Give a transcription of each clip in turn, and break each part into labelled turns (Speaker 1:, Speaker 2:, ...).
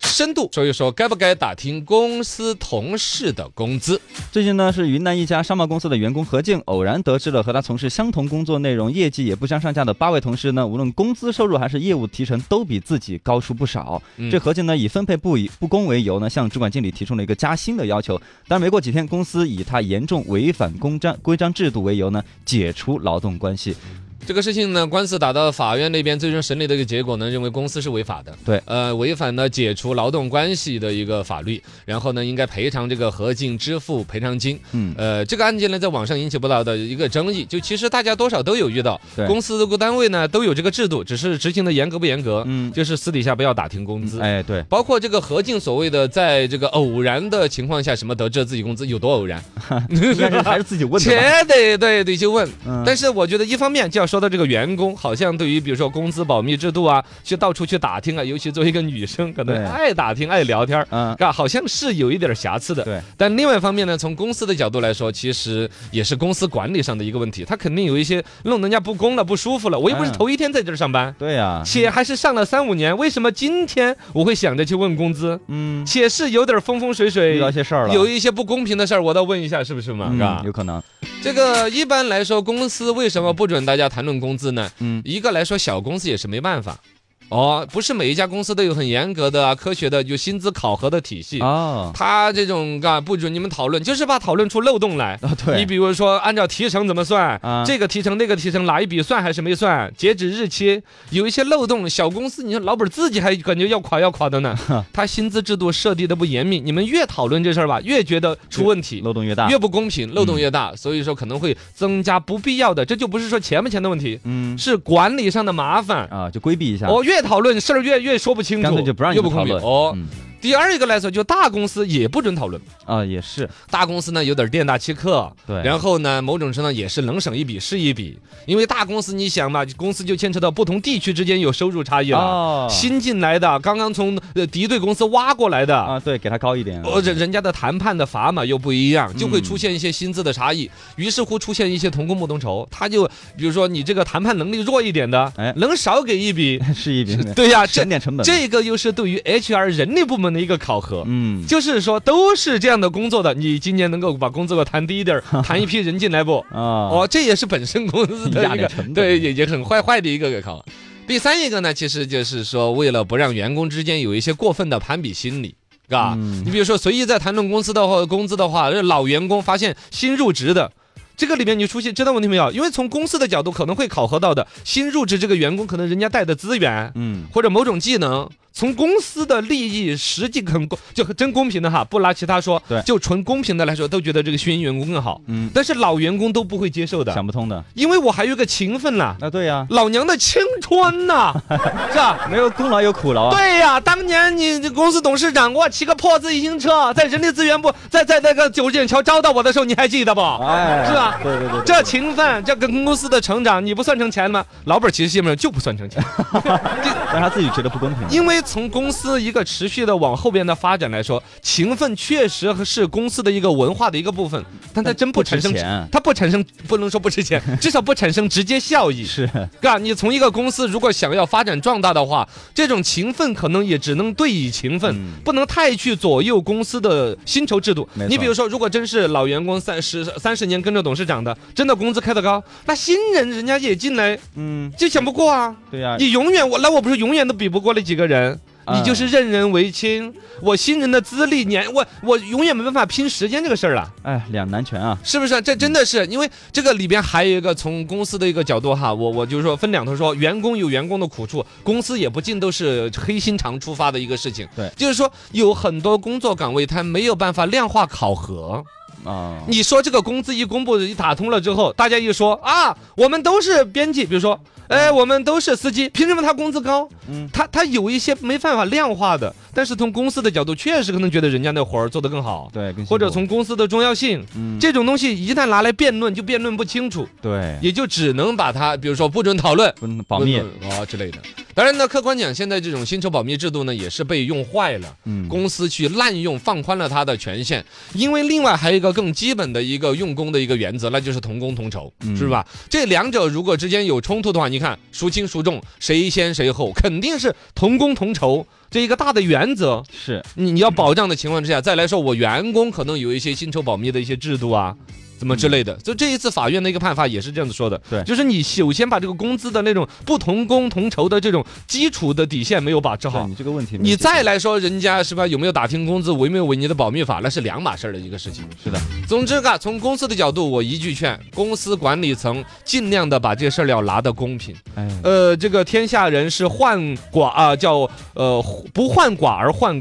Speaker 1: 深度说一说该不该打听公司同事的工资？
Speaker 2: 最近呢，是云南一家商贸公司的员工何静偶然得知了和他从事相同工作内容、业绩也不相上下的八位同事呢，无论工资、收入还是业务提成，都比自己高出不少。
Speaker 1: 嗯
Speaker 2: 这何静呢，以分配不以不公为由呢，向主管经理提出了一个加薪的要求。但没过几天，公司以他严重违反公章规章制度为由呢，解除劳动关系。
Speaker 1: 这个事情呢，官司打到法院那边，最终审理的一个结果呢，认为公司是违法的，
Speaker 2: 对
Speaker 1: 呃，违反了解除劳动关系的一个法律，然后呢，应该赔偿这个何静支付赔偿金。
Speaker 2: 嗯，
Speaker 1: 呃，这个案件呢，在网上引起不少的一个争议，就其实大家多少都有遇到，
Speaker 2: 对
Speaker 1: 公司各单位呢都有这个制度，只是执行的严格不严格，
Speaker 2: 嗯
Speaker 1: 就是私底下不要打听工资。
Speaker 2: 哎，对，
Speaker 1: 包括这个何静所谓的在这个偶然的情况下，什么得知了自己工资有多偶然，
Speaker 2: 应该是还是自己问的 吧。
Speaker 1: 且得对得去问。
Speaker 2: 嗯
Speaker 1: 但是我觉得一方面就要说到这个员工，好像对于比如说工资保密制度啊，去到处去打听啊，尤其作为一个女生，可能
Speaker 2: 对
Speaker 1: 爱打听爱聊天儿。
Speaker 2: 嗯，
Speaker 1: 啊，好像是有一点儿瑕疵的，
Speaker 2: 对。
Speaker 1: 但另外一方面呢，从公司的角度来说，其实也是公司管理上的一个问题，他肯定有一些弄人家不公了、不舒服了。我又不是
Speaker 2: 嗯
Speaker 1: 头一天在这儿上班，
Speaker 2: 对呀、
Speaker 1: 且还是上了三五年，为什么今天我会想着去问工资？
Speaker 2: 嗯，
Speaker 1: 且是有点风风水水
Speaker 2: 遇，到一些事儿了，
Speaker 1: 有一些不公平的事儿，我倒问一下是不是嘛？是吧
Speaker 2: 嗯，？有可能，
Speaker 1: 这个一般来说，公司为什么不准大家谈论工资呢？
Speaker 2: 嗯，
Speaker 1: 一个来说，小公司也是没办法。哦，不是每一家公司都有很严格的、啊、科学的有薪资考核的体系。
Speaker 2: 哦，
Speaker 1: 他这种啊，不准你们讨论，就是怕讨论出漏洞来。
Speaker 2: 啊，对，
Speaker 1: 你比如说，按照提成怎么算
Speaker 2: 啊，
Speaker 1: 这个提成那个提成，哪一笔算还是没算，截止日期有一些漏洞，小公司，你说老板自己还感觉要垮要垮的 呢。他薪资制度设计的不严密，你们越讨论这事儿吧，越觉得出问题。
Speaker 2: 漏洞越大，
Speaker 1: 越不公平，
Speaker 2: 嗯
Speaker 1: 漏洞越大，所以说可能会增加不必要的，这就不是说钱不钱的问题，
Speaker 2: 嗯
Speaker 1: 是管理上的麻烦。
Speaker 2: 啊，就规避一下，
Speaker 1: 我、越讨论事儿越越说不清楚，
Speaker 2: 干脆就不让你
Speaker 1: 越
Speaker 2: 们
Speaker 1: 不公
Speaker 2: 讨
Speaker 1: 平
Speaker 2: 论。
Speaker 1: 哦。
Speaker 2: 嗯
Speaker 1: 第二一个来说，就大公司也不准讨论，
Speaker 2: 啊，也是，
Speaker 1: 大公司呢有点店大欺客，
Speaker 2: 对，
Speaker 1: 然后呢，某种程度上也是能省一笔是一笔，因为大公司你想嘛，公司就牵扯到不同地区之间有收入差异了。
Speaker 2: 哦，
Speaker 1: 新进来的，刚刚从呃敌对公司挖过来的。
Speaker 2: 啊，对，给他高一点，
Speaker 1: 呃，人人家的谈判的砝码又不一样，就会
Speaker 2: 嗯
Speaker 1: 出现一些薪资的差异，于是乎出现一些同工不同酬。他就比如说你这个谈判能力弱一点的，
Speaker 2: 哎，
Speaker 1: 能少给一笔
Speaker 2: 是一笔，
Speaker 1: 对呀、这
Speaker 2: 省点成本，，
Speaker 1: 这个又是对于 HR 人力部门的一个考核。
Speaker 2: 嗯，
Speaker 1: 就是说，都是这样的工作的，你今年能够把工资给我谈低一点 儿，谈一批人进来不？
Speaker 2: 啊，
Speaker 1: 哦，这也是本身公司的
Speaker 2: 压
Speaker 1: 一
Speaker 2: 力
Speaker 1: 个
Speaker 2: 成本
Speaker 1: 对，也也很坏坏的一个考核。第三一个呢，其实就是说，为了不让员工之间有一些过分的攀比心理。是吧？
Speaker 2: 嗯
Speaker 1: 你比如说，随意在谈论公司的话，工资的话，这老员工发现新入职的，这个里面你出现知道问题没有？因为从公司的角度可能会考核到的，新入职这个员工可能人家带的资源
Speaker 2: 嗯，
Speaker 1: 或者某种技能，从公司的利益实际很公就真公平的哈，不拿其他说
Speaker 2: 对，
Speaker 1: 就纯公平的来说，都觉得这个新员工更好。
Speaker 2: 嗯，
Speaker 1: 但是老员工都不会接受的，
Speaker 2: 想不通的，
Speaker 1: 因为我还有一个情分呐、
Speaker 2: 那对呀，
Speaker 1: 老娘的青春呐、 是吧？
Speaker 2: 没有功劳有苦劳啊，
Speaker 1: 对呀、当年你这公司董事长给我骑个破自行车，在人力资源部，在在那个九眼桥招到我的时候，你还记得不？
Speaker 2: 哎，
Speaker 1: 是吧
Speaker 2: 对对对，
Speaker 1: 这情分，这跟公司的成长，你不算成钱吗？老板其实心里面就不算成钱，
Speaker 2: 让他自己觉得不公平，啊
Speaker 1: 因为从公司一个持续的往后边的发展来说，情分确实是公司的一个文化的一个部分，但它真不产生
Speaker 2: 嗯不值钱，
Speaker 1: 它不产生不能说不值钱，至少不产生直接效益。
Speaker 2: 是，
Speaker 1: 啊，你从一个公司如果想要发展壮大的话，这种情分可能也只能对以情分，
Speaker 2: 嗯
Speaker 1: 不能太去左右公司的薪酬制度
Speaker 2: 没。
Speaker 1: 你
Speaker 2: 错
Speaker 1: 比如说，如果真是老员工三十三十年跟着董事长的，真的工资开得高，那新人人家也进来
Speaker 2: 嗯，
Speaker 1: 就想不过啊。
Speaker 2: 对呀，
Speaker 1: 你永远我那我不是永远都比不过那几个人。
Speaker 2: 嗯
Speaker 1: 你就是任人唯亲，我新人的资历年，我我永远没办法拼时间这个事儿了。啊
Speaker 2: 哎，两难全啊，
Speaker 1: 是不是？这真的是因为这个里边还有一个从公司的一个角度哈，我我就是说分两头说，员工有员工的苦处，公司也不尽都是黑心肠出发的一个事情。
Speaker 2: 对
Speaker 1: 就是说有很多工作岗位它没有办法量化考核。
Speaker 2: 啊，
Speaker 1: 你说这个工资一公布一打通了之后，大家一说啊，我们都是编辑，比如说，哎，我们都是司机，凭什么他工资高？
Speaker 2: 嗯
Speaker 1: 他他有一些没办法量化的，但是从公司的角度，确实可能觉得人家那活儿做得更好，
Speaker 2: 对，更辛苦
Speaker 1: 或者从公司的重要性。
Speaker 2: 嗯，
Speaker 1: 这种东西一旦拿来辩论，就辩论不清楚，
Speaker 2: 对，
Speaker 1: 也就只能把它，比如说不准讨论、嗯
Speaker 2: 不能保密
Speaker 1: 啊、之类的。当然呢，客观讲，现在这种薪酬保密制度呢，也是被用坏了，
Speaker 2: 嗯
Speaker 1: 公司去滥用、放宽了它的权限。因为另外还有一个更基本的一个用工的一个原则，那就是同工同酬，是吧？这两者如果之间有冲突的话，你看孰轻孰重，谁先谁后，肯定是同工同酬这一个大的原则。
Speaker 2: 是
Speaker 1: 你你要保障的情况之下，再来说我员工可能有一些薪酬保密的一些制度啊。怎么之类的？就这一次法院的一个判罚也是这样子说的，
Speaker 2: 对
Speaker 1: 就是你首先把这个工资的那种不同工同酬的这种基础的底线没有把持
Speaker 2: 对
Speaker 1: 好，
Speaker 2: 你这个问题
Speaker 1: 你
Speaker 2: 没解决，
Speaker 1: 再来说人家是吧有没有打听工资，违没有违你的保密法，那是两码事儿的一个事情。
Speaker 2: 是的，
Speaker 1: 总之嘎，从公司的角度，我一句劝，公司管理层尽量的把这事儿要拿得公平。
Speaker 2: 哎，
Speaker 1: 呃，这个天下人是患寡啊、叫呃不患寡而患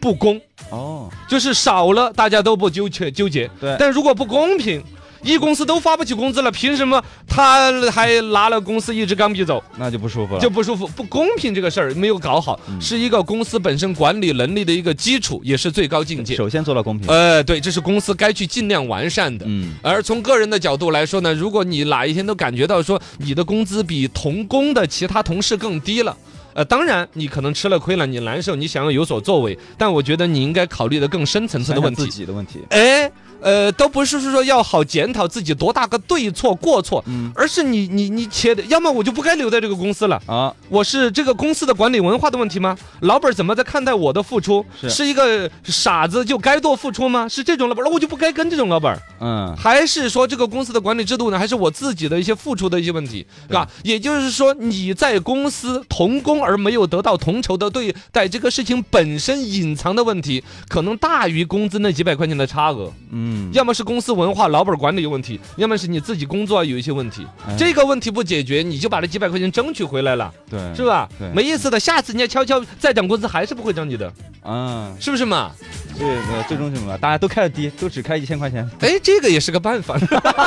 Speaker 1: 不公，
Speaker 2: 哦，
Speaker 1: 就是少了大家都不纠结纠结。
Speaker 2: 对
Speaker 1: 但如果不公平，一公司都发不起工资了，凭什么他还拿了公司一支钢笔走？
Speaker 2: 那就不舒服了，
Speaker 1: 就不舒服，不公平这个事儿没有搞好，
Speaker 2: 嗯
Speaker 1: 是一个公司本身管理能力的一个基础，也是最高境界。
Speaker 2: 首先做到公平，
Speaker 1: 呃，对，这是公司该去尽量完善的。
Speaker 2: 嗯，
Speaker 1: 而从个人的角度来说呢，如果你哪一天都感觉到说你的工资比同工的其他同事更低了。呃，当然，你可能吃了亏了，你难受，你想要有所作为，但我觉得你应该考虑的更深层次
Speaker 2: 想
Speaker 1: 的
Speaker 2: 想
Speaker 1: 问
Speaker 2: 自
Speaker 1: 题。
Speaker 2: 己的问题，
Speaker 1: 哎，呃，都不是说要好检讨自己多大个对错过错，
Speaker 2: 嗯
Speaker 1: 而是你你你且得，要么我就不该留在这个公司了。
Speaker 2: 啊，
Speaker 1: 我是这个公司的管理文化的问题吗？老板怎么在看待我的付出？
Speaker 2: 是
Speaker 1: 一个傻子就该做付出吗？是这种老板，那我就不该跟这种老板。
Speaker 2: 嗯，
Speaker 1: 还是说这个公司的管理制度呢？还是我自己的一些付出的一些问题，是吧？也就是说，你在公司同工而没有得到同酬的对待，这个事情本身隐藏的问题，可能大于工资那几百块钱的差额。
Speaker 2: 嗯，
Speaker 1: 要么是公司文化、老板管理有问题，要么是你自己工作啊有一些问题。
Speaker 2: 哎
Speaker 1: 这个问题不解决，你就把这几百块钱争取回来了，
Speaker 2: 对，
Speaker 1: 是？吧
Speaker 2: 对？
Speaker 1: 没意思的，下次人家悄悄再涨工资还是不会涨你的，
Speaker 2: 啊，
Speaker 1: 是不是嘛？
Speaker 2: 这个最终是什么？大家都开的低，都只开一千块钱，
Speaker 1: 哎，这个也是个办法。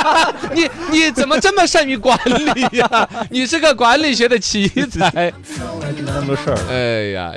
Speaker 1: 你你怎么这么善于管理呀、你是个管理学的奇才。
Speaker 2: 那么多事儿。
Speaker 1: 哎呀，